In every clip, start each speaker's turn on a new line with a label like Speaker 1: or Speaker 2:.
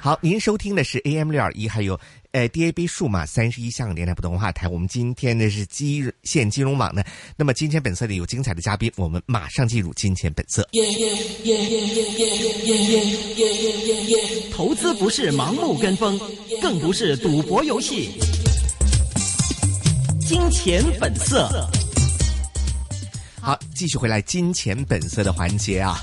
Speaker 1: 好，您收听的是 AM 六二一，还有呃 DAB 数码三十一香港电台普通话台。我们今天呢是基线金融网呢，那么今天本色里有精彩的嘉宾，我们马上进入金钱本色。
Speaker 2: 投资不是盲目跟风，更不是赌博游戏。金钱本色。
Speaker 1: 好，继续回来金钱本色的环节啊。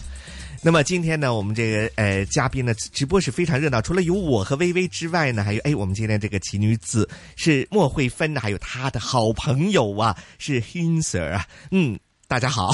Speaker 1: 那么今天呢，我们这个呃嘉宾呢直播是非常热闹，除了有我和微微之外呢，还有哎，我们今天这个奇女子是莫慧芬呢，啊还有她的好朋友啊，是 Hin Sir 啊，嗯，大家好，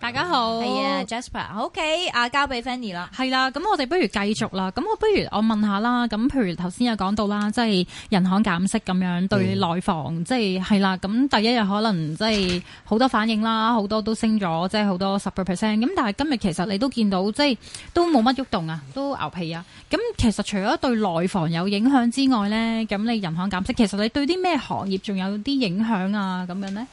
Speaker 3: 大家好，
Speaker 4: 系啊，Jasper，OK，啊，交俾 Fanny 啦。
Speaker 3: 係啦，咁我哋不如繼續啦。咁我不如我問下啦。咁譬如頭先有講到啦，即係人行減息咁樣對內房，即係係啦。咁第一日可能即係好多反應啦，好多都升咗，即係好多十個 percent。咁但係今日其實你都見到，即係都冇乜喐動啊，都牛皮啊。咁其實除咗對內房有影響之外呢，咁你人行減息，其實你對啲咩行業仲有啲影響啊？咁樣呢？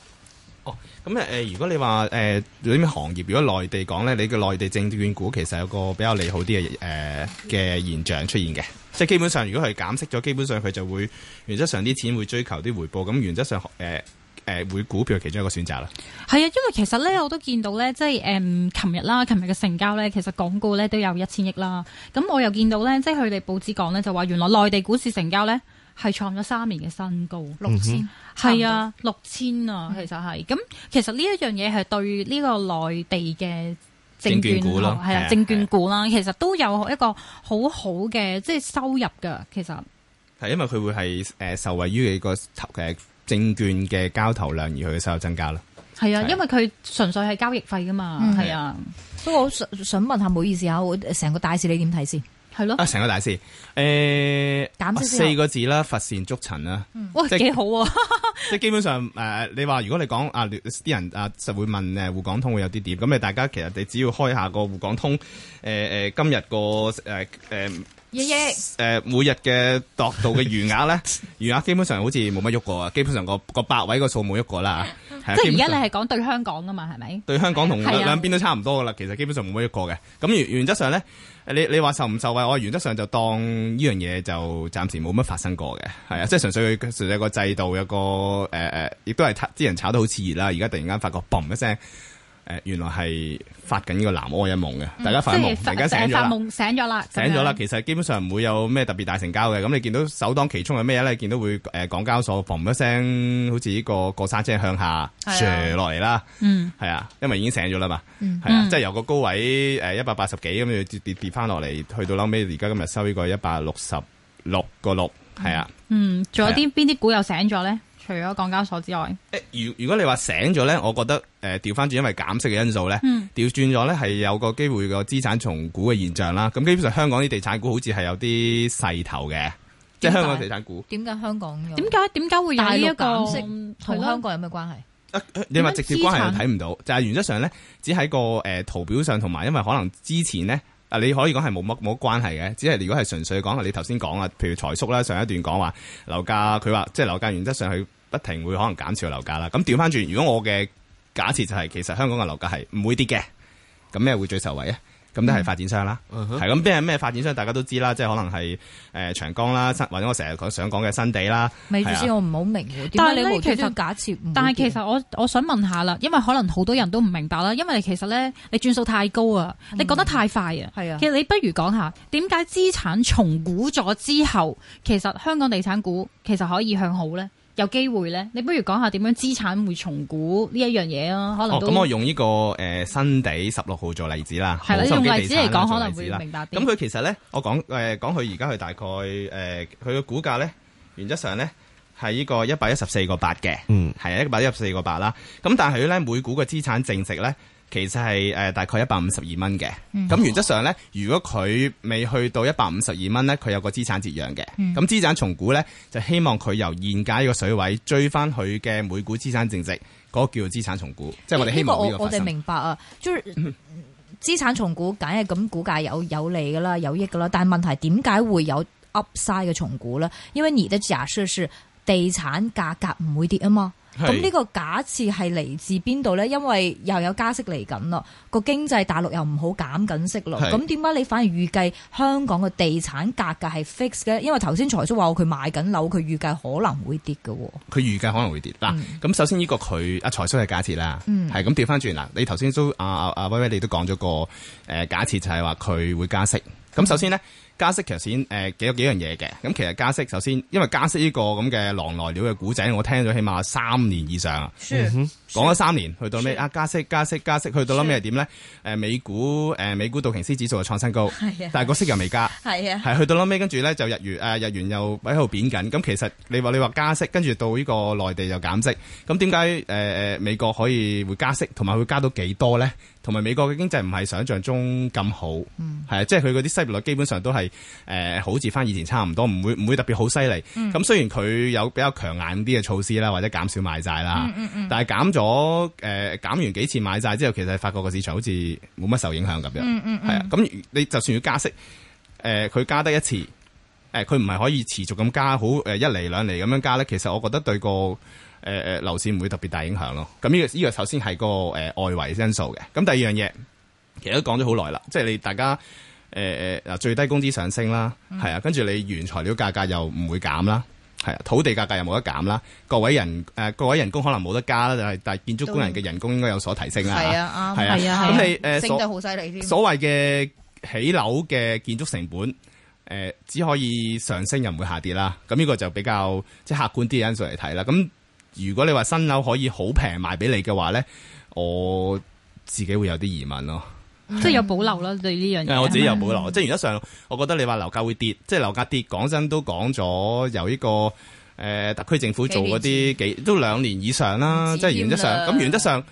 Speaker 5: 哦，咁誒、呃如果你話誒有啲咩行業，如果內地講咧，你嘅內地證券股其實有個比較利好啲嘅誒嘅現象出現嘅，即係基本上如果佢減息咗，基本上佢就會原則上啲錢會追求啲回報，咁原則上誒誒、呃呃會股票係其中一個選擇啦。
Speaker 3: 係啊，因為其實咧，我都見到咧，即係誒，琴日啦，琴日嘅成交咧，其實港股咧都有一千億啦。咁我又見到咧，即係佢哋報紙講咧，就話原來內地股市成交咧係創咗三年嘅新高，
Speaker 4: 六千，
Speaker 3: 係啊，六千啊，其實係。咁其實呢一樣嘢係對呢個內地嘅。證
Speaker 5: 證
Speaker 3: 券
Speaker 5: 券股咯
Speaker 3: 係
Speaker 5: 係
Speaker 3: 啊
Speaker 5: 啊，
Speaker 3: 證券股啦，其實都有一個好好嘅即係收入噶，其實
Speaker 5: 係因為佢會係誒、呃受惠於你個投誒證券嘅交投量而佢嘅收入增加啦。
Speaker 3: 係啊，
Speaker 5: 係
Speaker 3: 因為佢純粹係交易費噶嘛，
Speaker 4: 嗯
Speaker 3: 係啊，
Speaker 4: 不過我想想問下，唔好意思啊，我成個大市你點睇先？
Speaker 3: 係咯
Speaker 5: 啊，，成個大市誒
Speaker 4: 減息啊之後
Speaker 5: 四個字啦，佛善捉塵啦。
Speaker 3: 哇，
Speaker 5: 即係
Speaker 3: 幾好啊喎！
Speaker 5: 即係基本上誒、呃你話如果你講啊，啲人啊實會問誒滬港通會有啲點，咁你大家其實你只要開下個滬港通誒誒、呃今日個誒誒
Speaker 4: 一億
Speaker 5: 誒每日嘅度度嘅餘額咧，餘額基本上好似冇乜喐過啊，基本上個個百位個數冇喐過啦，係啊
Speaker 3: 即係而
Speaker 5: 基本
Speaker 3: 家
Speaker 5: 上
Speaker 3: 你係講對香港噶嘛，係咪？
Speaker 5: 對香港同
Speaker 3: 係啊
Speaker 5: 兩兩邊都差唔多噶啦，其實基本上冇乜一個嘅。咁原原則上咧，你你話受唔受惠，我原則上就當呢樣嘢就暫時冇乜發生過嘅，係啊，即係純粹佢純粹個制度有個誒誒，呃亦、都係炒啲人炒得好熾熱啦，而家突然間發覺嘣一聲。誒、原來係發緊呢個南柯一夢嘅，大家發緊夢，
Speaker 3: 嗯即
Speaker 5: 突
Speaker 3: 係
Speaker 5: 然間醒咗
Speaker 3: 發
Speaker 5: 啦。
Speaker 3: 夢醒咗啦，
Speaker 5: 醒咗
Speaker 3: 咁
Speaker 5: 啦，
Speaker 3: 樣。
Speaker 5: 其實基本上唔會有咩特別大成交嘅。咁你見到首當其衝係咩咧？見到會誒、呃、港交所嘣一聲，好似呢個過山車向下
Speaker 4: 係啊
Speaker 5: 射落嚟啦。
Speaker 3: 嗯，
Speaker 5: 係啊，因為已經醒咗啦嘛。
Speaker 4: 嗯
Speaker 5: 係啊
Speaker 3: 嗯，
Speaker 5: 即係由個高位誒一百八十幾咁樣跌跌跌翻落嚟，去到嬲尾而家今日收呢個一百六十六個六，係啊。
Speaker 3: 嗯，仲有啲邊啲股又醒咗咧？除咗港交所之外，
Speaker 5: 誒如如果你話醒咗咧，我覺得誒調翻轉，因為減息嘅因素咧，
Speaker 3: 嗯
Speaker 5: 調轉咗咧係有個機會個資產重估嘅現象啦。咁基本上香港啲地產股好似係有啲勢頭嘅，即係香港地產股。
Speaker 4: 點解香港有
Speaker 3: 點解點解會有
Speaker 4: 大
Speaker 3: 呢一
Speaker 4: 陸
Speaker 3: 個
Speaker 4: 減息同香
Speaker 3: 港？
Speaker 4: 港有咩關係？
Speaker 5: 你話直接關
Speaker 3: 資
Speaker 5: 係
Speaker 3: 產
Speaker 5: 就睇唔到，就係原則上咧，只喺個誒圖表上，同埋因為可能之前咧。啊，你可以講係冇乜冇乜關係嘅，只係如果係純粹講，你頭先講啊，譬如財叔啦，上一段講話樓價，佢話即係樓價原則上佢不停會可能減少樓價啦。咁調翻轉，如果我嘅假設就係、其實香港嘅樓價係唔會跌嘅，咁咩會最受惠啊？咁
Speaker 3: 嗯
Speaker 5: 都係發展商啦，係咁咩咩發展商大家都知啦，即係可能係誒、呃、長江啦，新或者我成日講想講嘅新地啦，
Speaker 4: 咪住
Speaker 5: 係啊
Speaker 4: 先，我唔好明喎。點
Speaker 3: 但係
Speaker 4: 解
Speaker 3: 咧
Speaker 4: 你無端
Speaker 3: 其實
Speaker 4: 端假設唔會
Speaker 3: 但係
Speaker 4: 跌
Speaker 3: 其實我我想問下啦，因為可能好多人都唔明白啦，因為其實咧你轉數太高啊，
Speaker 4: 嗯
Speaker 3: 你講得太快啊。
Speaker 4: 係啊
Speaker 3: 其實你不如講下點解資產重估咗之後，其實香港地產股其實可以向好咧，有機會咧。你不如講下點樣資產會重估呢一樣嘢啊？可能
Speaker 5: 哦，
Speaker 3: 都
Speaker 5: 咁我用呢、個誒、呃新地十六號做例子啦，
Speaker 3: 係啦，
Speaker 5: 手
Speaker 3: 用
Speaker 5: 機
Speaker 3: 例子
Speaker 5: 地產
Speaker 3: 嚟
Speaker 5: 啦
Speaker 3: 講
Speaker 5: 做
Speaker 3: 可能
Speaker 5: 例子
Speaker 3: 會
Speaker 5: 啦
Speaker 3: 明白啲。
Speaker 5: 咁佢其實咧，我講誒講佢而家佢大概誒佢嘅股價咧，原則上咧係呢個一百一十四個八嘅，
Speaker 1: 嗯
Speaker 5: 係一百一十四個八啦。咁但係佢咧每股嘅資產淨值咧，其實係誒、呃大概一百五十二蚊嘅。咁、
Speaker 4: 嗯
Speaker 5: 原則上咧，如果佢未去到一百五十二蚊咧，佢有個資產折讓嘅。咁、
Speaker 4: 嗯
Speaker 5: 資產重估咧，就希望佢由現價呢個水位追翻佢嘅每股資產淨值，嗰、個叫做資產重估。即係我哋希望呢
Speaker 4: 呢個
Speaker 5: 個
Speaker 4: 我我
Speaker 5: 發
Speaker 4: 哋
Speaker 5: 生。
Speaker 4: 明白啊，就是 資產重估，梗係咁股價有有利噶啦，有益噶啦。但係問題點解會有 upside 嘅重估咧？因為你的假設是。地產價格唔會跌啊嘛。
Speaker 5: 係
Speaker 4: 咁呢個假設係嚟自邊度呢？因為又有加息嚟緊咯，個經濟大陸又唔好減緊息咯。
Speaker 5: 係
Speaker 4: 咁點解你反而預計香港嘅地產價格係 fix 嘅？因為頭先財叔話佢買緊樓，佢預計可能會跌嘅喎。
Speaker 5: 佢預計可能會跌嗱。
Speaker 4: 嗯
Speaker 5: 咁、首先呢個佢阿啊財叔嘅假設啦，係咁調翻轉嗱，你頭先都阿啊阿阿威威你都講咗個誒、呃假設就係話佢會加息。咁首先咧，加息其實先誒幾有幾樣嘢嘅。咁其實加息首先，因為加息呢個咁嘅狼來了嘅古仔，我聽咗起碼三年以上啊。講咗三年，去到尾啊加息加息加息，去到後尾係點咧？誒、美股誒、美股道瓊斯指數係創新高
Speaker 4: 係啊，
Speaker 5: 但係個息又未加。
Speaker 4: 係啊，
Speaker 5: 係去到後尾，跟住咧就日元誒、啊日元又喺度貶緊。咁其實你話你話加息，跟住到呢個內地又減息。咁點解誒誒美國可以會加息，同埋會加到幾多咧？同埋美國嘅經濟唔係想象中咁好，係啊、即係佢嗰啲失業率基本上都係誒、好似翻以前差唔多，唔會唔會特別好犀利。咁、雖然佢有比較強硬啲嘅措施啦，或者減少買債啦，但係減咗誒、減完幾次買債之後，其實發覺個市場好似冇乜受影響咁樣，係啊、咁你就算要加息。誒呃佢、加得一次，誒佢唔係可以持續咁加，好誒、一厘兩厘咁樣加咧，其實我覺得對個誒誒樓市唔會特別大影響咯。咁呢、個呢、個首先係個誒、外圍因素嘅。咁第二樣嘢，其實都講咗好耐啦，即係你大家誒誒嗱最低工資上升啦，
Speaker 4: 嗯
Speaker 5: 係啊，跟住你原材料價格又唔會減啦。係啊，土地價格又冇得減啦，各位人誒、呃各位人工可能冇得加啦，但係但係建築工人嘅人工應該有所提升啦。
Speaker 4: 係啊，啱，
Speaker 5: 係
Speaker 3: 係
Speaker 5: 啊，
Speaker 3: 啊
Speaker 5: 咁你誒所
Speaker 4: 升得好犀利添。
Speaker 5: 所謂嘅起樓嘅建築成本，誒、只可以上升又唔會下跌啦。咁呢個就比較即係客觀啲嘅因素嚟睇啦。咁如果你話新樓可以好平賣俾你嘅話咧，我自己會有啲疑問咯。
Speaker 3: 即係有保留啦，對呢樣
Speaker 5: 因為
Speaker 3: 嘢。啊
Speaker 5: 我自己有保留，即係原則上，我覺得你話樓價會跌，即係樓價跌，講真都講咗由呢個誒、呃特區政府做嗰啲幾都兩年嗯以上啦，
Speaker 4: 唔
Speaker 5: 即
Speaker 4: 止
Speaker 5: 係原則上
Speaker 4: 添啦
Speaker 5: 咁原則上，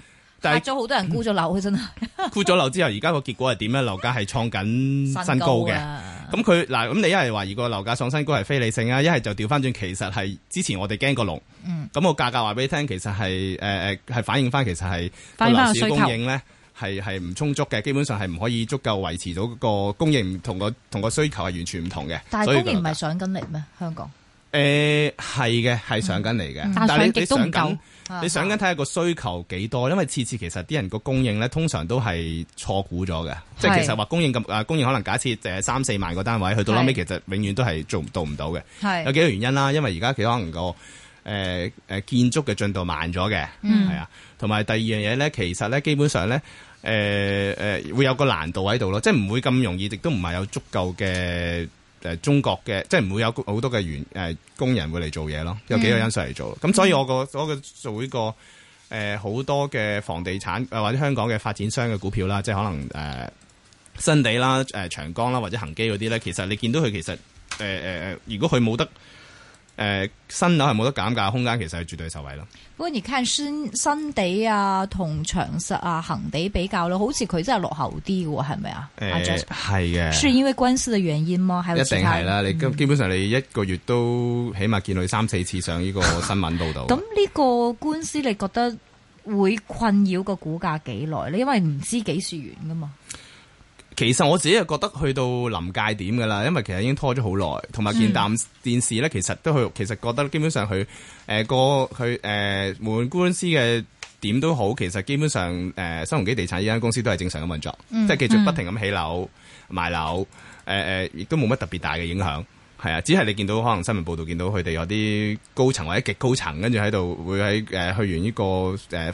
Speaker 5: 但
Speaker 4: 嚇
Speaker 5: 係
Speaker 4: 咗好多人沽咗樓，真係
Speaker 5: 沽咗樓之後，而家個結果係點咧？樓價係創緊嗯新高嘅。
Speaker 4: 啊
Speaker 5: 咁佢嗱，咁你一係話如果樓價創新高係非理性啊，一係就調翻轉，其實係之前我哋驚過龍，
Speaker 4: 嗯
Speaker 5: 咁個價格話俾你聽，其實係誒誒係反映翻其實係個
Speaker 3: 反映返個
Speaker 5: 樓市
Speaker 3: 需求
Speaker 5: 供應咧係係唔充足嘅，基本上係唔可以足夠維持到個供應唔同個同個需求係完全唔同嘅。
Speaker 4: 但
Speaker 5: 所以
Speaker 4: 係
Speaker 5: 個
Speaker 4: 工業唔係
Speaker 5: 樓價
Speaker 4: 上緊嚟咩？香港
Speaker 5: 誒係嘅，係上緊嚟嘅，
Speaker 3: 嗯但係
Speaker 5: 係你
Speaker 3: 上極
Speaker 5: 你
Speaker 3: 都唔
Speaker 5: 上緊
Speaker 3: 夠
Speaker 4: 啊
Speaker 5: 你想緊睇下個需求幾多，因為次次其實啲人個供應咧，通常都係錯估咗嘅，即係
Speaker 4: 係
Speaker 5: 其實話供應咁啊，供應可能假設誒三四萬個單位，去到後尾
Speaker 4: 係
Speaker 5: 其實永遠都係做唔到唔到嘅。有
Speaker 4: 係
Speaker 5: 幾個原因啦，因為而家其實可能個誒誒建築嘅進度慢咗嘅，
Speaker 3: 嗯
Speaker 5: 係啊，同埋第二樣嘢咧，其實咧基本上咧。誒誒、會有個難度喺度咯，即係唔會咁容易，亦都唔係有足夠嘅誒中國嘅，即係唔會有好多嘅員誒工人會嚟做嘢咯，有幾個因素嚟做。
Speaker 4: 嗯
Speaker 5: 咁、所以我個我個做呢個誒好、多嘅房地產誒或者香港嘅發展商嘅股票啦，即係可能誒、呃新地啦、誒、長江啦或者恒基嗰啲咧，其實你見到佢其實誒誒誒，如果佢冇得誒、呃新樓係冇得減價嘅空間，其實係絕對受惠咯。
Speaker 4: 不過你看新新地啊，同長實啊、恒地比較咯，好似佢真係落後啲喎，係咪啊？阿 Jasper
Speaker 5: 呃係
Speaker 4: 是因為官司的原因嗎？還
Speaker 5: 一
Speaker 4: 有
Speaker 5: 定
Speaker 4: 其他
Speaker 5: 係啦，你基基本上你一個月都起碼見佢三四次上呢個新聞報導。
Speaker 4: 咁呢個官司你覺得會困擾個股價幾耐咧？因為唔知幾時完噶嘛。
Speaker 5: 其實我自己係覺得去到臨界點㗎啦，因為其實已經拖咗好耐，同埋見淡電視咧，其實都去，其實覺得基本上佢誒個佢誒無論官司嘅點都好，其實基本上誒、呃新鴻基地產呢間公司都係正常咁運作，即係繼續不停咁起樓賣樓，誒、呃、誒，亦都冇乜特別大嘅影響。係啊，只係你見到可能新聞報道見到佢哋有啲高層或者極高層，跟住喺度會喺誒、呃去完呢、個誒、呃、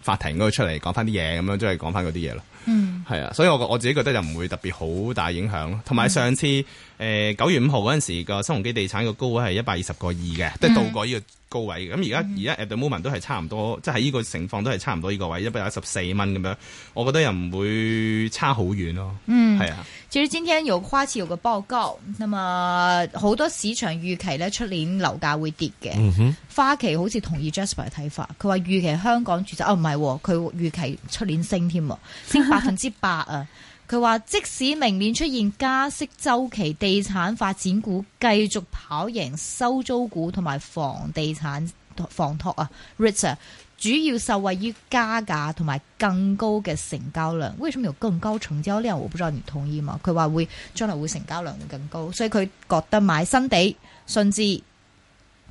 Speaker 5: 法庭嗰度出嚟講翻啲嘢，咁樣即係講翻嗰啲嘢咯。
Speaker 4: 嗯，
Speaker 5: 係啊，所以我我自己覺得就唔會特別好大影響咯。同埋上次誒九、月五號嗰陣時個新鴻基地產個高位係一百二十個二嘅，即係到過呢個高位嘅。咁而家而家 at the moment 都係差唔多，即係喺呢個情況都係差唔多呢個位一百一十四蚊咁樣。我覺得又唔會差好遠咯。嗯，係啊，
Speaker 4: 其實今天有花旗有個報告，那麼好多市場預期咧出年樓價會跌嘅。
Speaker 1: 嗯哼，
Speaker 4: 花旗好似同意 Jasper 嘅睇法，佢話預期香港住宅哦唔係喎，佢預期出年升添喎，升百分之八啊！佢話即使明年出現加息周期，地產發展股繼續跑贏收租股同埋房地產房託啊 REITs 啊主要受惠於加價同埋更高嘅成交量。為什麼有更高成交量？我不知道你同意嘛？佢話會將來會成交量會更高，所以佢覺得買新地、信置。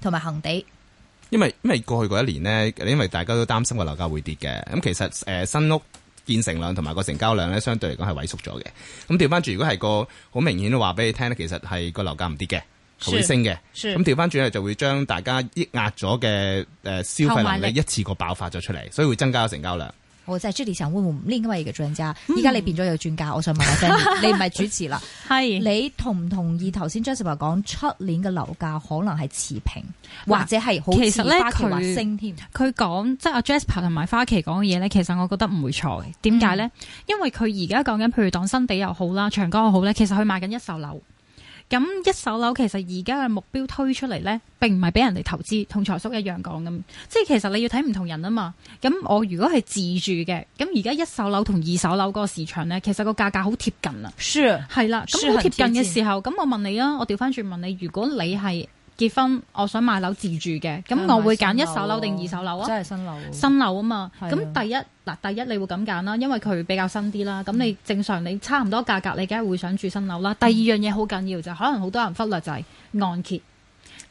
Speaker 4: 同埋恒地。
Speaker 5: 因為因為過去嗰一年呢，因為大家都擔心個樓價會跌嘅，咁其實誒、呃新屋建成量同埋個成交量咧，相對嚟講係萎縮咗嘅。咁調翻轉，如果係個好明顯都話俾你聽咧，其實係個樓價唔跌嘅，係會
Speaker 4: 是
Speaker 5: 升嘅。
Speaker 4: 是
Speaker 5: 咁調翻轉咧，就會將大家抑壓咗嘅誒消費能力一次過爆發咗出嚟，所以會增加咗成交量。
Speaker 4: 我就係知你想問另外一個專家，
Speaker 3: 嗯
Speaker 4: 依家你變咗有專家，我想問 下 Fanny，你唔係主持啦，
Speaker 3: 係
Speaker 4: 你同唔同意頭先 Jessica 講出年嘅樓價可能係持平，或者係好
Speaker 3: 其
Speaker 4: 似
Speaker 3: 實呢
Speaker 4: 花旗話
Speaker 3: 佢
Speaker 4: 升添？
Speaker 3: 佢講即係阿 Jasper 同埋花旗講嘅嘢咧，其實我覺得唔會錯嘅。點解咧？因為佢而家講緊，譬如當新地又好啦，長江又好咧，其實佢賣緊一手樓。咁一手樓其實而家嘅目標推出嚟咧，並唔係俾人哋投資，同財叔一樣講咁。即係其實你要睇唔同人啊嘛。咁我如果係自住嘅，咁而家一手樓同二手樓嗰個市場咧，其實個價格好貼近啊。
Speaker 4: 是
Speaker 3: 係啦，咁
Speaker 4: 舒
Speaker 3: 好
Speaker 4: 痕
Speaker 3: 貼近嘅
Speaker 4: 挑戰
Speaker 3: 時候，咁我問你啊，我調翻轉問你，如果你係結婚，我想買樓自住嘅，咁我會揀一手樓定二手啊樓啊？
Speaker 4: 真係新樓，
Speaker 3: 新樓啊嘛，
Speaker 4: 係啊
Speaker 3: 咁第一嗱，第一你會咁揀啦，因為佢比較新啲啦。咁你正常你差唔多價格，你梗係會想住新樓啦。第二樣嘢好緊要就係可能好多人忽略就係按揭，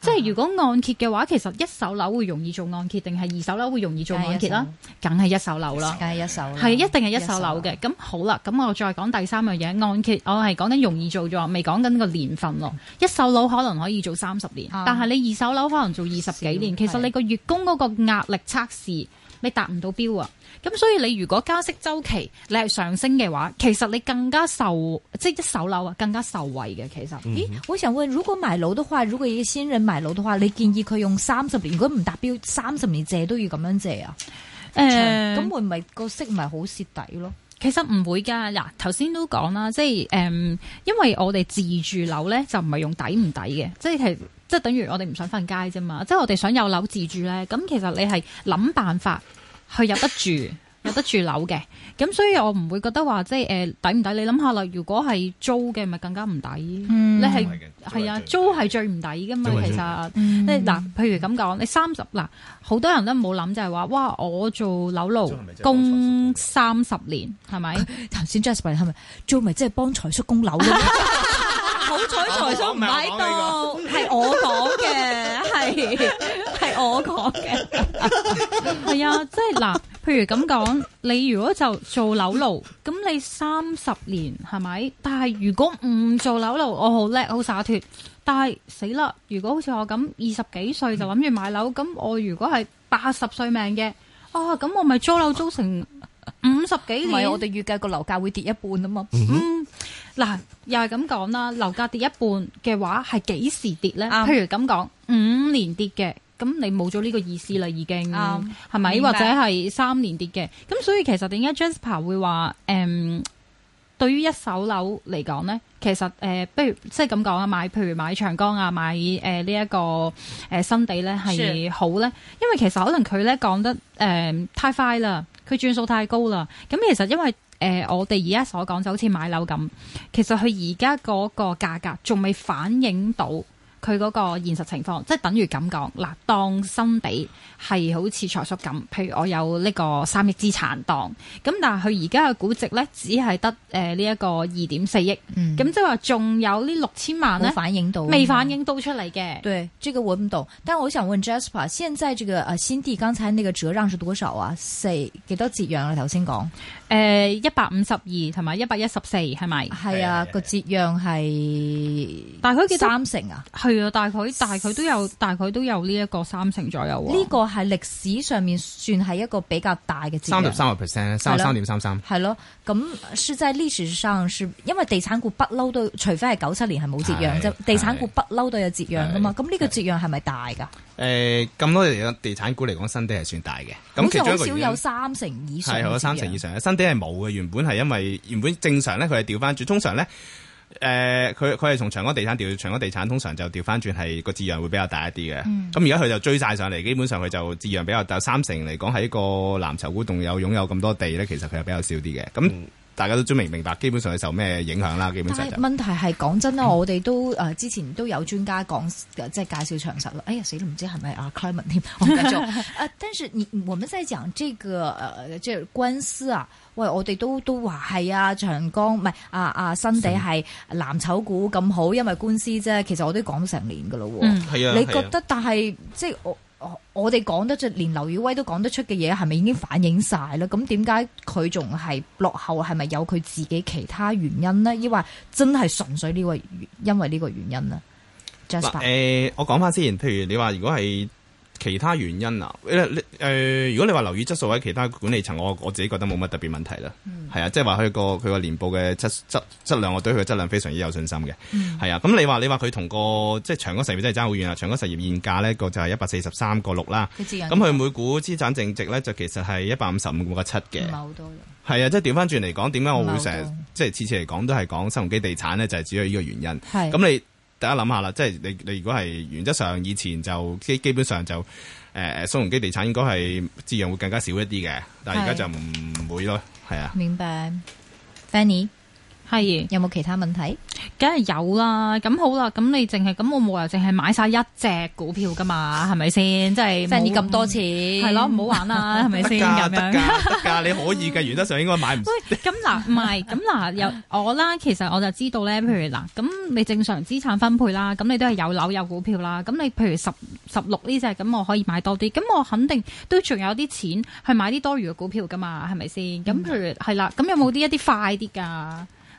Speaker 3: 即係如果按揭嘅話，其實一手樓會容易做按揭，定係二手樓會容易做按揭啦？梗係一手樓啦。
Speaker 4: 梗係一手啦，
Speaker 3: 係一定係一手樓嘅。咁好啦，咁我再講第三樣嘢，按揭我係講緊容易做咗，未講緊個年份咯。一手樓可能可以做三十年，
Speaker 4: 啱
Speaker 3: 但係你二手樓可能做二十幾年，
Speaker 4: 少
Speaker 3: 其實
Speaker 4: 係
Speaker 3: 你個月供嗰個壓力測試。你達唔到標啊！咁所以你如果加息周期你係上升嘅話，其實你更加受即係一手樓啊，更加受惠嘅其實。
Speaker 4: 咦，我想問，如果買樓的話，如果一個新人買樓的話，你建議佢用三十年，如果唔達標，三十年借都要咁樣借啊？
Speaker 3: 誒
Speaker 4: 咁會唔會個息咪好蝕底咯？
Speaker 3: 其實唔會㗎，嗱頭先都講啦，即係誒、嗯因為我哋自住樓咧就唔係用抵唔抵嘅，即係其實即係等於我哋唔想瞓街啫嘛，即係我哋想有樓自住咧，咁其實你係諗辦法去有得住。有得住樓嘅，咁所以我唔會覺得話即係誒、呃抵唔抵？你諗下啦，如果係租嘅，咪更加唔抵。
Speaker 4: 嗯
Speaker 3: 你係係啊，租係最唔抵㗎嘛，
Speaker 5: 租係最
Speaker 3: 其
Speaker 5: 唔
Speaker 3: 實。
Speaker 4: 嗯
Speaker 3: 你嗱，譬如咁講，你三十嗱，好多人都冇諗就係話，哇！我做樓奴
Speaker 5: 租係咪即係
Speaker 3: 供三十年，係咪？
Speaker 4: 頭先 Jasper 係咪做咪即係幫財叔供樓 咯？好彩財叔唔喺度，係我講嘅，
Speaker 3: 係係我講嘅，係啊，即係嗱，譬如咁講，你如果就做樓奴，咁你三十年係咪？但係如果唔做樓奴，我好叻，好灑脱。但係死啦！如果好似我咁二十幾歲就諗住買樓，咁我如果係八十歲命嘅，啊咁我咪租樓租成五十幾
Speaker 4: 唔
Speaker 3: 年
Speaker 4: 係。我哋預計個樓價會跌一半啊嘛。
Speaker 3: 嗯，嗱，又係咁講啦，樓價跌一半嘅話，係幾時跌咧？
Speaker 4: 啱
Speaker 3: 譬如咁講，五年跌嘅，咁你冇咗呢個意思啦，已經
Speaker 4: 啱
Speaker 3: 係咪？
Speaker 4: 明
Speaker 3: 或
Speaker 4: 白
Speaker 3: 者係三年跌嘅，咁所以其實點解 Jasper 會話誒、嗯，對於一手樓嚟講咧，其實誒、呃不如即係咁講啊，買譬如買長江啊，買誒呢一個誒、呃新地咧係好咧，因為其實可能佢咧講得誒、呃太快啦，佢轉數太高啦，咁其實因為。誒、我哋而家所講就好似買樓咁，其實佢而家嗰個價格仲未反映到佢嗰個現實情況，即係等於咁講嗱，當新比係好似財叔咁，譬如我有呢個三億資產當，咁但係佢而家嘅估值咧，只係得誒呢一個二點四億，咁、
Speaker 4: 嗯
Speaker 3: 即係話仲有呢六千萬咧
Speaker 4: 冇，反映到，
Speaker 3: 未反。映到出嚟嘅。
Speaker 4: 對，這個我唔懂。但我想問 Jasper，現在這個呃新地剛才那個折讓是多少啊？四幾多折讓啊？頭先講
Speaker 3: 誒呃一百五十二同埋一百一十四係咪？
Speaker 4: 係啊，個折讓係
Speaker 3: 但係佢幾多？
Speaker 4: 三成啊？
Speaker 3: 係啊，大概大概都有大概都有呢一個三成左右喎。
Speaker 4: 呢個係歷史上面算係一個比較大嘅折
Speaker 5: 三
Speaker 4: 讓
Speaker 5: 十。三個 percent，三十三點三三。
Speaker 4: 係咯，咁是在歷史上是，因為地產股不嬲都，除非係九七年係冇折讓啫
Speaker 5: 係，
Speaker 4: 地產股不嬲都有折讓噶嘛。咁呢個折讓係咪大㗎？
Speaker 5: 誒咁多地地產股嚟講，新地係算大嘅。
Speaker 4: 好
Speaker 5: 咁其
Speaker 4: 似
Speaker 5: 中
Speaker 4: 好
Speaker 5: 一個
Speaker 4: 少
Speaker 5: 原因
Speaker 4: 有三成以上嘅折啊
Speaker 5: 係
Speaker 4: 讓，
Speaker 5: 好三成以上，新地係冇嘅。原本係因為原本正常咧，佢係調翻轉。通常咧，誒佢佢係從長江地產調長江地產，通常就調翻轉係個折讓會比較大一啲嘅。
Speaker 4: 嗯
Speaker 5: 咁而家佢就追晒上嚟，基本上佢就折
Speaker 4: 嗯
Speaker 5: 讓比較大，三成嚟講喺個藍籌股仲有擁有咁多地咧，其實佢係比較少啲嘅。咁大家都都明明白，基本上係受咩影響啦，基本上
Speaker 4: 但係
Speaker 5: 就
Speaker 4: 問題係講真啦，我哋都誒、呃之前都有專家講，呃即係介紹長實啦。哎呀死都唔知係咪啊 c l i m a t 添， 我唔記得咗。呃但是你我們在講這個呃，即係官司啊。喂，我哋都都話係啊，長江唔係啊啊新地係藍籌股咁好，因為官司啫。其實我都講咗成年噶咯喎。
Speaker 3: 嗯
Speaker 5: 係啊
Speaker 4: 你
Speaker 5: 係
Speaker 4: 覺
Speaker 5: 啊
Speaker 4: 得但係即係我我我哋講得出，連劉宇威都講得出嘅嘢，係咪已經反映晒咧？咁點解佢仲係落後？係咪有佢自己其他原因呢？抑或真係純粹呢個原因為呢個原因呢
Speaker 5: 嗱，
Speaker 4: Jasper，
Speaker 5: 誒、我講翻先，譬如你話如果係其他原因啊，誒、你誒如果你話樓宇質素喺其他管理層，我我自己覺得冇乜特別問題啦。
Speaker 4: 嗯
Speaker 5: 係啊，即係話佢個佢個年報嘅質質質量，我對佢嘅質量非常之有信心嘅。係、
Speaker 4: 嗯
Speaker 5: 啊，咁你話你話佢同個即係長江實業真係爭好遠啊！長江實業現價呢個就係一百四十三個六啦，
Speaker 4: 佢啊自己
Speaker 5: 咁佢每股資產淨值呢，就其實係一百五十五個七嘅
Speaker 4: 唔。係好多人，
Speaker 5: 係啊，即係調翻轉嚟講，點解我會成
Speaker 4: 嗯唔係好
Speaker 5: 日
Speaker 4: 多
Speaker 5: 即係次次嚟講都係講新鴻基地產呢，就係只有呢個原因。
Speaker 4: 係
Speaker 5: 咁你大家諗下啦，即係你你如果係原則上以前就基基本上就誒誒蘇龍基地產應該係資源會更加少一啲嘅，但係而家就唔會咯，係啊。
Speaker 4: 明白。Fanny
Speaker 3: 係。
Speaker 4: 有冇其他問題？
Speaker 3: 梗係有啦，咁好啦，咁你淨係咁，我冇理由淨係買晒一隻股票噶嘛，係咪先？即係
Speaker 4: Fanny
Speaker 3: 冇
Speaker 4: 咁多錢，
Speaker 3: 係
Speaker 4: 係
Speaker 3: 咯，唔好玩啦，係咪
Speaker 5: 得
Speaker 3: 先
Speaker 5: 㗎，
Speaker 3: 咁
Speaker 5: 得㗎，
Speaker 3: 樣？
Speaker 5: 得㗎，你可以嘅。原則上應該買唔
Speaker 3: 喂，咁嗱，唔係，咁嗱， 有我啦，其實我就知道咧，譬如嗱，咁你正常資產分配啦，咁你都係有樓有股票啦，咁你譬如十十六呢只，咁我可以買多啲，咁我肯定都仲有啲錢去買啲多餘嘅股票噶嘛，係咪先？
Speaker 5: 嗯
Speaker 3: 咁譬如係啦，咁有冇啲一啲快啲㗎？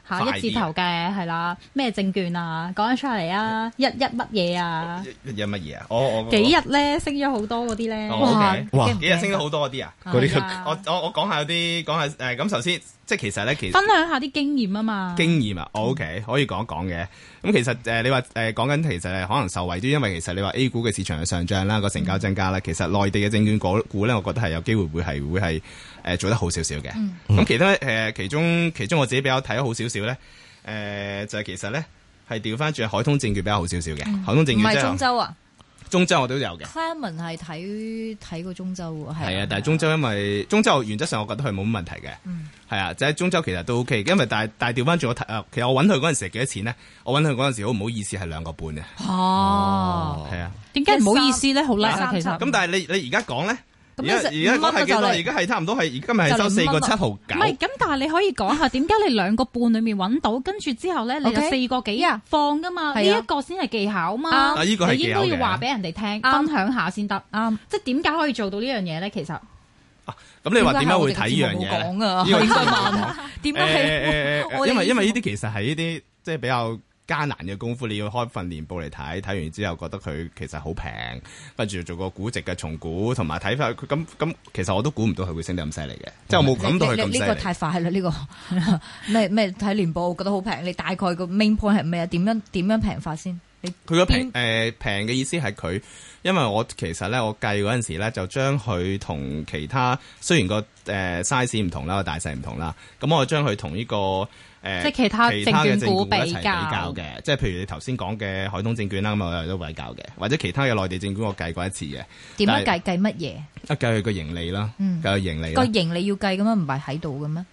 Speaker 3: 嚇
Speaker 5: 快啲啊
Speaker 3: 一字頭嘅係啦，咩證券啊，講得出嚟啊，一一乜嘢啊，
Speaker 5: 一一乜嘢啊？我我
Speaker 3: 幾日咧升咗好多嗰啲咧，
Speaker 5: 哦哇
Speaker 1: 哇
Speaker 4: 驚唔驚
Speaker 5: 幾日升咗好多嗰啲啊？
Speaker 1: 嗰啲
Speaker 3: 係啊
Speaker 5: 我我我講下有啲講下誒咁，首先即係其實咧，其實
Speaker 3: 分享下啲經驗啊
Speaker 4: 嗯
Speaker 3: 嘛，
Speaker 5: 經驗啊，OK，可以講一講嘅。咁其實誒、呃你話誒講緊其實係可能受惠啲，因為其實你話 A 股嘅市場嘅上漲啦，個
Speaker 4: 嗯
Speaker 5: 成交增加啦，其實內地嘅證券股股咧，我覺得係有機會會係會係誒、呃做得好少少嘅。咁、
Speaker 4: 嗯
Speaker 5: 其他誒、呃其中其中我自己比較睇得好少少咧，誒、就係、其實咧係調翻轉海通證券比較好少少嘅。海通證券
Speaker 4: 嗯唔
Speaker 5: 即
Speaker 4: 係中
Speaker 5: 係
Speaker 4: 州啊
Speaker 5: 中州我都有嘅。
Speaker 4: ，Clement 係睇睇過中州喎，
Speaker 5: 係啊，但係中州因為中州原則上我覺得佢冇乜問題嘅，係、
Speaker 4: 嗯
Speaker 5: 啊，就喺中州其實都 OK，因為但係但係調翻轉我睇啊，其實我揾佢嗰陣時係幾多錢咧？我揾佢嗰陣時好唔好意思係兩個半嘅，
Speaker 4: 哦，
Speaker 5: 係啊，
Speaker 3: 點解唔好意思咧？好叻啊，其實
Speaker 5: 咁但係你你而家講咧，而
Speaker 4: 咁你
Speaker 5: 家
Speaker 4: 食
Speaker 5: 而
Speaker 4: 五
Speaker 5: 家
Speaker 4: 蚊
Speaker 5: 講係幾多？
Speaker 4: 就嚟
Speaker 5: 而家係差唔多係而今日係收
Speaker 4: 就嚟
Speaker 5: 四
Speaker 4: 五蚊
Speaker 5: 個
Speaker 4: 啦
Speaker 5: 七毫
Speaker 3: 唔係，
Speaker 5: 九，
Speaker 3: 咁但係你可以講下點解你兩個半裏面揾到，跟住之後咧你就
Speaker 4: OK
Speaker 3: 四個幾
Speaker 4: 呀
Speaker 3: 放噶嘛？
Speaker 4: 係
Speaker 3: 呢
Speaker 4: 啊
Speaker 3: 一個先係技巧嘛。
Speaker 4: 啱
Speaker 5: 啊呢個係
Speaker 3: 你
Speaker 5: 技
Speaker 3: 應
Speaker 5: 巧
Speaker 3: 該
Speaker 5: 嘅啊
Speaker 3: 要話俾人哋聽，
Speaker 4: 啱
Speaker 3: 分享下先得。
Speaker 4: 啱。
Speaker 3: 即係點解可以做到呢樣嘢咧？其實
Speaker 5: 咁你話點解會睇呢樣
Speaker 4: 點解係
Speaker 5: 嘢
Speaker 4: 我
Speaker 5: 呢呢個真係冇講
Speaker 4: 哋嘅節目冇講啊應該 問
Speaker 5: 誒誒誒誒
Speaker 4: 點我哋
Speaker 5: 因為因為呢啲其實係呢啲即係比較艱難嘅功夫，你要開份年報嚟睇，睇完之後覺得佢其實好平，跟住做個估值嘅重估，同埋睇翻佢咁咁，其實我都估唔到佢會升得咁犀利嘅，即係我冇諗到佢
Speaker 4: 你
Speaker 5: 咁
Speaker 4: 你
Speaker 5: 犀
Speaker 4: 呢個
Speaker 5: 利。
Speaker 4: 太快啦！呢個 咩咩睇年報，我覺得好平。你大概個 main point 係咩啊？點樣點樣平法先？你
Speaker 5: 佢個平誒平嘅意思係佢，因為我其實咧我計嗰陣時咧就將佢同其他雖然個誒、呃 size 唔同啦，個大細唔同啦，咁我將佢同呢個誒、呃
Speaker 3: 即係其他
Speaker 5: 其他嘅
Speaker 3: 證券股
Speaker 5: 股一齊
Speaker 3: 比
Speaker 5: 比
Speaker 3: 較
Speaker 5: 較嘅，即係譬如你頭先講嘅海通證券啦，咁我有都比較嘅，或者其他嘅內地證券我計過一次嘅，
Speaker 4: 點樣
Speaker 5: 但
Speaker 4: 計計乜嘢？
Speaker 5: 一計佢個盈利啦，
Speaker 4: 嗯
Speaker 5: 計佢盈利啦
Speaker 4: 個，盈利要計嘅咩？唔係喺度嘅咩？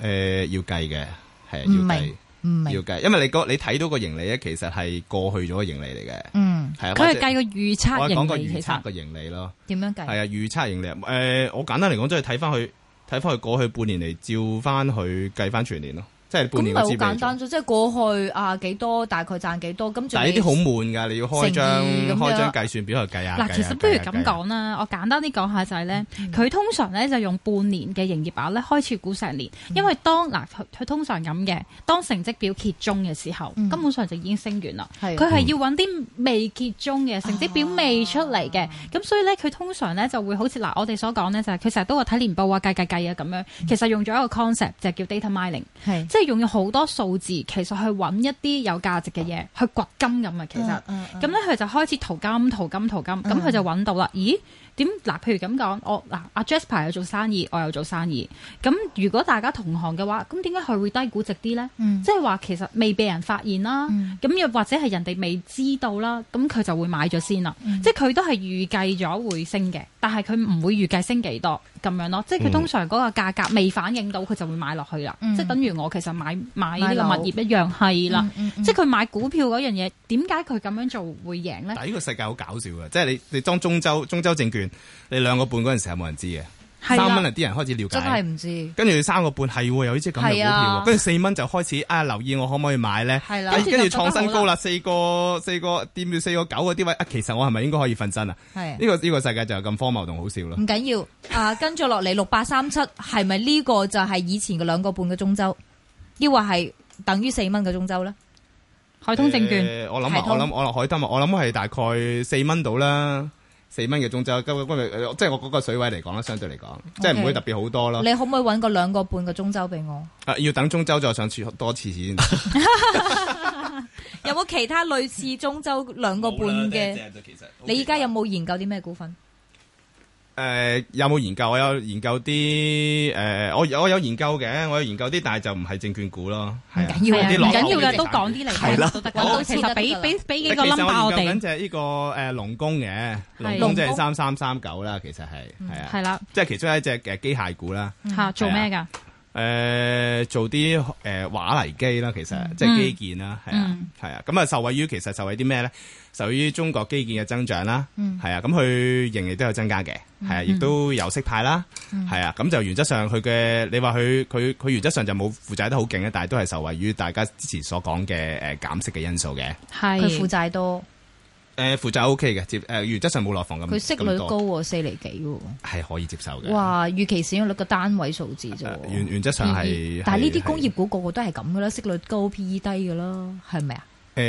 Speaker 5: 誒、要計嘅，係
Speaker 4: 唔
Speaker 5: 要計
Speaker 4: 明唔
Speaker 5: 要
Speaker 4: 明？
Speaker 5: 計，因為你個你睇到個盈利咧，其實係過去咗嘅盈利嚟嘅，
Speaker 4: 嗯，
Speaker 5: 係啊，
Speaker 3: 佢
Speaker 5: 或
Speaker 3: 係
Speaker 5: 者
Speaker 3: 計個預
Speaker 5: 我
Speaker 3: 測
Speaker 5: 係講個
Speaker 3: 盈利，
Speaker 5: 預
Speaker 3: 其
Speaker 5: 測
Speaker 3: 實
Speaker 5: 嘅盈利咯。
Speaker 4: 點樣計？
Speaker 5: 係啊，預測盈利。誒、我簡單嚟講，即係睇翻佢，睇翻佢過去半年嚟照翻去計翻全年咯，即係
Speaker 4: 咁
Speaker 5: 半
Speaker 4: 咪
Speaker 5: 年
Speaker 4: 好
Speaker 5: 嘅資
Speaker 4: 簡
Speaker 5: 本
Speaker 4: 單。啫，即係過去啊幾多，大概賺幾多，咁仲
Speaker 5: 但係呢啲好悶㗎，你要開張
Speaker 4: 乘以咁樣
Speaker 5: 開張計算表去計啊。計
Speaker 3: 嗱，
Speaker 5: 啊
Speaker 3: 其實不如
Speaker 5: 計啊計
Speaker 3: 咁
Speaker 5: 啊
Speaker 3: 講啦，我簡單啲講下就係咧，
Speaker 5: 嗯
Speaker 3: 佢通常咧就用半年嘅營業額咧開始估成年，
Speaker 5: 嗯
Speaker 3: 因為當嗱佢佢通常咁嘅，當成績表揭盅嘅時候，
Speaker 4: 嗯
Speaker 3: 根本上就已經升完啦。
Speaker 4: 係
Speaker 3: 佢係要揾啲未揭盅嘅成績表未出嚟嘅，咁所以咧佢通常咧就會好似嗱我哋所講咧就係佢成日都話睇年報啊計計計啊咁樣，其實用咗一個 concept 就叫 data mining，
Speaker 4: 係
Speaker 3: 即係用咗好多數字其實去揾一啲有價值嘅嘢去掘金咁啊，其
Speaker 4: 嗯
Speaker 3: 實。咁
Speaker 4: 咁
Speaker 3: 咧佢就開始淘金、淘金、淘金，咁佢就揾到啦。咦？點嗱？譬如咁講，我嗱阿 Jasper 又做生意，我又做生意。咁如果大家同行嘅話，咁點解佢會低估值啲咧？
Speaker 4: 嗯
Speaker 3: 即係話其實未被人發現啦，
Speaker 4: 嗯
Speaker 3: 咁又或者係人哋未知道啦，咁佢
Speaker 4: 嗯
Speaker 3: 就會買咗先啦。即係佢都係預計咗會升嘅，但係佢唔會預計升幾多。咁樣咯，即係佢通常嗰個價格未反映到，佢就會買落去啦。
Speaker 4: 嗯
Speaker 3: 即係等於我其實買買
Speaker 4: 買
Speaker 3: 呢個
Speaker 4: 樓
Speaker 3: 物業一樣係啦，
Speaker 4: 嗯嗯嗯
Speaker 3: 即係佢買股票嗰樣嘢，點解佢咁樣做會贏呢？
Speaker 5: 但係呢個世界好搞笑嘅，即係你你當中州中州證券，你兩個半嗰陣時係冇人知嘅，
Speaker 3: 係
Speaker 5: 三蚊
Speaker 3: 啦
Speaker 5: 啊，啲人開始了
Speaker 4: 真係
Speaker 5: 解，
Speaker 4: 唔知。
Speaker 5: 跟住三個半係喎有呢隻咁嘅股
Speaker 4: 係啊
Speaker 5: 票喎，跟住四蚊就開始啊留意我可唔可以買咧？
Speaker 4: 係啦
Speaker 5: 跟跟住
Speaker 3: 跟住就覺得
Speaker 5: 創新
Speaker 3: 好
Speaker 5: 高啦，四個四個掂住四個九嗰啲位啊，其實我係咪應該可以瞓身啊？
Speaker 4: 係
Speaker 5: 呢個呢個世界就係咁荒謬同好笑咯
Speaker 4: 唔。緊要，啊，跟住落嚟六八三七係咪呢個就係以前嘅兩個半嘅中州，抑或係等於四蚊嘅中州咧？
Speaker 3: 海通證券。
Speaker 5: 誒我諗
Speaker 4: 海
Speaker 5: 啊，
Speaker 4: 通
Speaker 5: 我諗我諗海通啊，我諗係大概四蚊到啦，四蚊嘅中州，今日今日誒即係我嗰個水位嚟講啦，相對嚟講，即係唔會特別好多咯。
Speaker 4: 你可唔可以揾個兩個半嘅中州俾我？
Speaker 5: 啊要等中州再上次多次先。
Speaker 4: 有冇其他類似中州兩個半嘅？你而家有冇研究啲咩股份？
Speaker 5: 誒、有冇研究？我有研究啲誒、我有我有研究嘅，我有研究啲，但係就唔係證券股咯，係啊
Speaker 4: 唔緊要
Speaker 3: 係
Speaker 4: 啊
Speaker 3: 啊
Speaker 5: 啲
Speaker 3: 唔
Speaker 5: 落後
Speaker 3: 緊要
Speaker 5: 嘅
Speaker 3: 嘅，都講啲嚟
Speaker 1: 係啦
Speaker 3: 聽都得
Speaker 4: 好
Speaker 3: 㗎。其實俾俾俾
Speaker 5: 其
Speaker 3: 幾個
Speaker 5: 實
Speaker 3: number 我
Speaker 5: 研究緊
Speaker 3: 哋，
Speaker 5: 就係呢個誒龍工嘅，龍
Speaker 3: 係嗯
Speaker 5: 工即
Speaker 4: 龍
Speaker 5: 係
Speaker 4: 工
Speaker 5: 三三三九啦，其實係係啊，
Speaker 3: 係啦
Speaker 5: 即係其中一隻誒機械股啦，
Speaker 3: 嚇做咩㗎？
Speaker 5: 誒、做啲誒、畫泥機啦，其實
Speaker 4: 嗯
Speaker 5: 即係基建啦，係啊
Speaker 3: 嗯
Speaker 5: 係啊，咁啊受惠於其實受惠啲咩咧？受惠於中國基建嘅增長啦，
Speaker 4: 嗯
Speaker 5: 係啊，咁佢盈利都有增加嘅，係啊，亦都有息派啦，
Speaker 4: 嗯
Speaker 5: 係啊，咁就原則上佢嘅你話佢佢佢原則上就冇負債得好勁嘅，但係都係受惠於大家之前所講嘅誒減息嘅因素嘅。
Speaker 3: 係
Speaker 4: 佢負債多，
Speaker 5: 誒負債 O K 嘅，接誒原則上冇內房咁，
Speaker 4: 佢息率
Speaker 5: 嗯咁多
Speaker 4: 高喎，四厘幾喎。
Speaker 5: 係可以接受嘅。
Speaker 4: 哇，預期市盈率嘅單位數字啫
Speaker 5: 誒！
Speaker 4: 喎。嗯
Speaker 5: 原原則上係，
Speaker 4: 但係呢啲
Speaker 5: 係
Speaker 4: 工業股個個都係咁噶啦，息率高，P E 低噶啦，係咪啊？
Speaker 5: 誒呃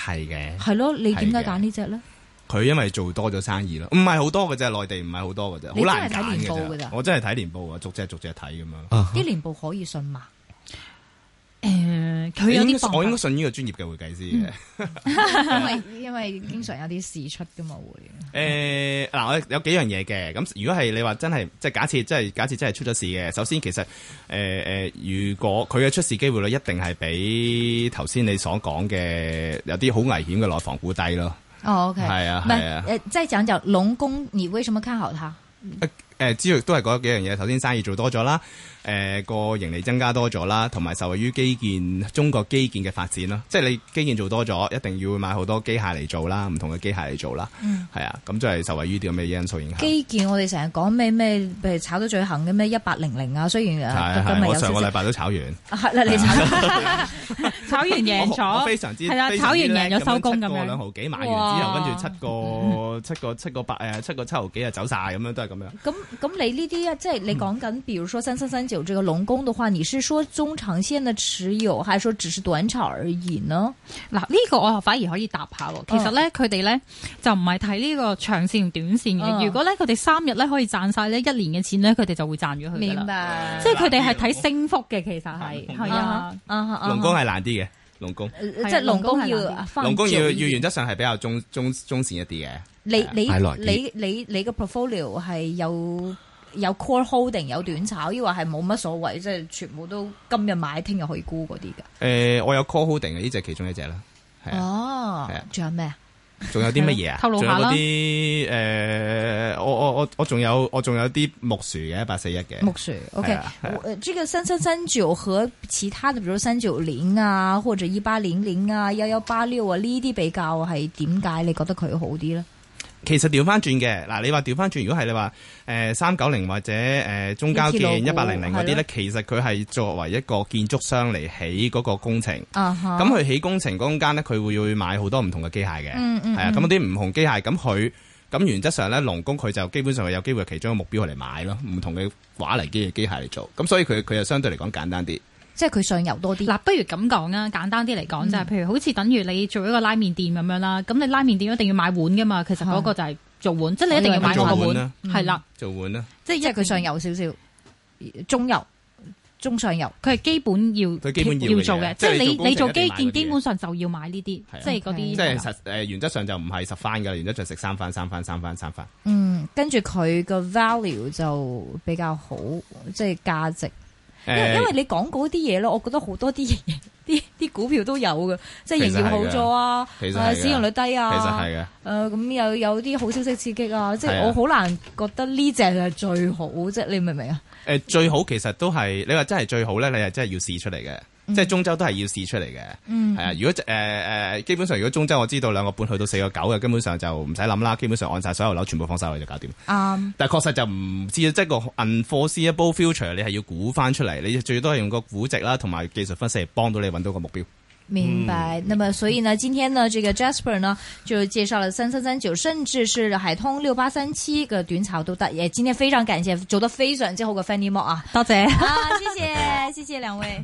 Speaker 5: 係嘅，
Speaker 4: 係咯，你點
Speaker 5: 係
Speaker 4: 解
Speaker 5: 嘅
Speaker 4: 揀呢只咧？
Speaker 5: 佢因為做多咗生意咯，唔係好多嘅啫，內地唔係好多嘅啫，
Speaker 4: 你真
Speaker 5: 好
Speaker 4: 係
Speaker 5: 難
Speaker 4: 睇
Speaker 5: 揀
Speaker 4: 年報
Speaker 5: 嘅
Speaker 4: 㗎咋
Speaker 5: 啫。我真係睇年報啊，逐隻逐隻睇咁樣。
Speaker 1: 嗯
Speaker 4: 啲年報可以信嘛？
Speaker 3: 誒，佢有
Speaker 5: 應
Speaker 3: 啲
Speaker 5: 該
Speaker 3: 方
Speaker 5: 我應
Speaker 3: 法
Speaker 5: 該信呢個專業嘅會計師嘅。
Speaker 4: 嗯 因為因為經常有啲事出噶嘛會。
Speaker 5: 誒嗱，我有幾樣嘢嘅。咁如果係你話真係，即係假設，即係假設真係出咗事嘅。首先其實誒誒、呃如果佢嘅出事機會率一定係比頭先你所講嘅有啲好危險嘅內房股低咯。
Speaker 4: 哦，OK，
Speaker 5: 係啊
Speaker 4: 唔係
Speaker 5: 係啊
Speaker 4: 誒，再講講龍工，你為什麼啊看好它？
Speaker 5: 誒之類都係嗰幾樣嘢，頭先生意做多咗啦，誒個盈利增加多咗啦，同埋受惠於基建中國基建嘅發展啦，即係你基建做多咗，一定要買好多機械嚟做啦，唔同嘅機械嚟做啦，係、
Speaker 3: 嗯
Speaker 5: 啊，咁就係受惠於啲咁嘅因素影響。
Speaker 4: 基建我哋成日講咩咩，譬如炒到最行嘅咩一八零零啊，雖然
Speaker 5: 係
Speaker 4: 啊今日
Speaker 5: 係，
Speaker 4: 有
Speaker 5: 我
Speaker 4: 少
Speaker 5: 上個
Speaker 4: 少
Speaker 5: 禮，拜啊都炒完，
Speaker 4: 係啦，你炒
Speaker 3: 炒完贏
Speaker 5: 我我
Speaker 3: 咗，
Speaker 5: 非常之
Speaker 3: 係啦，
Speaker 5: 非常
Speaker 3: 炒
Speaker 5: 之
Speaker 3: 完贏
Speaker 5: 叻啊
Speaker 3: 咗收工咁
Speaker 5: 七個兩
Speaker 3: 樣，
Speaker 5: 毫幾買完之後，
Speaker 3: 哇
Speaker 5: 跟住七個七個七個八誒七個七毫幾啊走晒咁樣，都係咁樣。
Speaker 4: 咁咁你呢啲啊，即係你講緊，比如說三三三九這個龍工的話，你是說中長線的持有，還是說只是短炒而已呢？
Speaker 3: 嗱，呢個我反而可以答下喎。其實咧，佢哋咧就唔係睇呢個長線同短線
Speaker 4: 嗯
Speaker 3: 嘅。如果咧佢哋三日咧可以賺晒呢一年嘅錢咧，佢哋就會賺咗佢㗎啦。
Speaker 4: 白
Speaker 3: 即係佢哋係睇升幅嘅，其實係
Speaker 5: 嗯
Speaker 3: 係啊
Speaker 4: 啊。哈啊哈
Speaker 5: 龍工係難啲嘅，龍工
Speaker 4: 呃
Speaker 3: 係啊
Speaker 4: 即係龍
Speaker 3: 龍工係
Speaker 4: 工
Speaker 3: 難
Speaker 4: 要
Speaker 3: 啲
Speaker 4: 翻
Speaker 5: 龍工要
Speaker 4: 做
Speaker 5: 要
Speaker 4: 呢啲
Speaker 5: 原則上係比較中中中線一啲嘅。
Speaker 4: 你你
Speaker 1: 買耐啲
Speaker 4: 你你你個 portfolio 係有有 core holding 有短炒，抑或係冇乜所謂，即係全部都今日買，聽日可以沽嗰啲㗎。
Speaker 5: 誒、呃我有 call holding 嘅，呢只其中一隻啦。係啊，
Speaker 4: 哦
Speaker 5: 係啊
Speaker 4: 仲有咩啊？
Speaker 5: 仲有啲乜 嘢啊？
Speaker 3: 透露下啦
Speaker 5: 仲有嗰啲誒，我我我我仲有我仲有啲木薯嘅一八四一嘅。
Speaker 4: 木水，OK，
Speaker 5: 係啊係啊
Speaker 4: 我呃这个三三三九和其他的，比如三九零啊，或者一八零零啊、幺幺八六啊呢啲比較係點解你覺得佢好啲咧？
Speaker 5: 其實調翻轉嘅，嗱你話調翻轉，如果係你話誒三九零或者誒、中交
Speaker 4: 啲鐵
Speaker 5: 建
Speaker 4: 路
Speaker 5: 一
Speaker 4: 股
Speaker 5: 八零零嗰啲
Speaker 4: 係
Speaker 5: 咧
Speaker 4: 咯，
Speaker 5: 其實佢係作為一個建築商嚟起嗰個工程。
Speaker 4: 啊哈
Speaker 5: 咁佢起工程嗰間咧，佢會要買好多唔同嘅機械嘅，係
Speaker 4: 嗯嗯
Speaker 5: 啊，咁嗰啲唔同機械，咁佢咁原則上咧，龍工佢就基本上係有機會其中一個目標嚟買咯，唔同嘅畫泥機嘅機械嚟做，咁所以佢佢就相對嚟講簡單啲。
Speaker 4: 即係佢上游多啲。
Speaker 3: 嗱，不如咁講啊，簡單啲嚟講就係，譬如好似等於你做一個拉麵店咁樣啦，咁你拉麵店一定要買碗噶嘛，其實嗰個就係做碗，即係你一定要買個
Speaker 5: 做碗嗯
Speaker 3: 碗
Speaker 5: 啦，
Speaker 3: 係啦，
Speaker 5: 做碗啦，
Speaker 3: 即係
Speaker 4: 即係佢上
Speaker 3: 游，
Speaker 4: 游少少，中游、中上游。
Speaker 3: 佢係基本要
Speaker 5: 佢基本要嘅嘢
Speaker 3: 做嘅，即
Speaker 5: 即係
Speaker 3: 係
Speaker 5: 你做
Speaker 3: 你你做
Speaker 5: 工程一
Speaker 3: 基建
Speaker 5: 定買嗰啲嘢
Speaker 3: 基本上就要買呢啲，即
Speaker 5: 係啊
Speaker 3: 係嗰啲
Speaker 4: OK
Speaker 5: 即係實誒原則上就唔係十番㗎啦，原則上食三番、三番、三番、三番。
Speaker 4: 嗯，跟住佢個 value 就比較好，即係價值。因為因為
Speaker 5: 誒
Speaker 4: 你講嗰啲嘢咧，我覺得好多啲嘢 啲啲股票都有嘅，即係營業好咗啊，
Speaker 5: 其實係嘅
Speaker 4: 誒市盈率低
Speaker 5: 其實
Speaker 4: 啊，
Speaker 5: 係嘅。
Speaker 4: 誒咁有有啲好消息刺激啊，即
Speaker 5: 係
Speaker 4: 係
Speaker 5: 啊
Speaker 4: 我好難覺得呢只係最好啫，你明唔明啊？
Speaker 5: 誒、最好其實都係你話真係最好咧，你係真係要試出嚟嘅，即係中州都係要試出嚟嘅。
Speaker 4: 嗯
Speaker 5: 係啊，如果誒誒、呃基本上如果中州我知道兩個半去到四個九嘅，基本上就唔使諗啦，基本上按晒所有樓全部放晒落去就搞掂。
Speaker 4: 嗯啱，
Speaker 5: 但係確實就唔知，即係個 unforeseeable future 你係要估翻出嚟，你最多係用個估值啦同埋技術分析嚟幫到你揾到個目標。
Speaker 4: 明白。
Speaker 5: 嗯
Speaker 4: 那么所以呢，今天呢，这个 Jasper 呢就介紹了三三三九，甚至是海通六八三七嘅短炒都得。也今天非常感謝做得非常之好嘅 Fanny Mo 啊，
Speaker 3: 多謝。
Speaker 4: 啊，謝謝，謝謝兩位。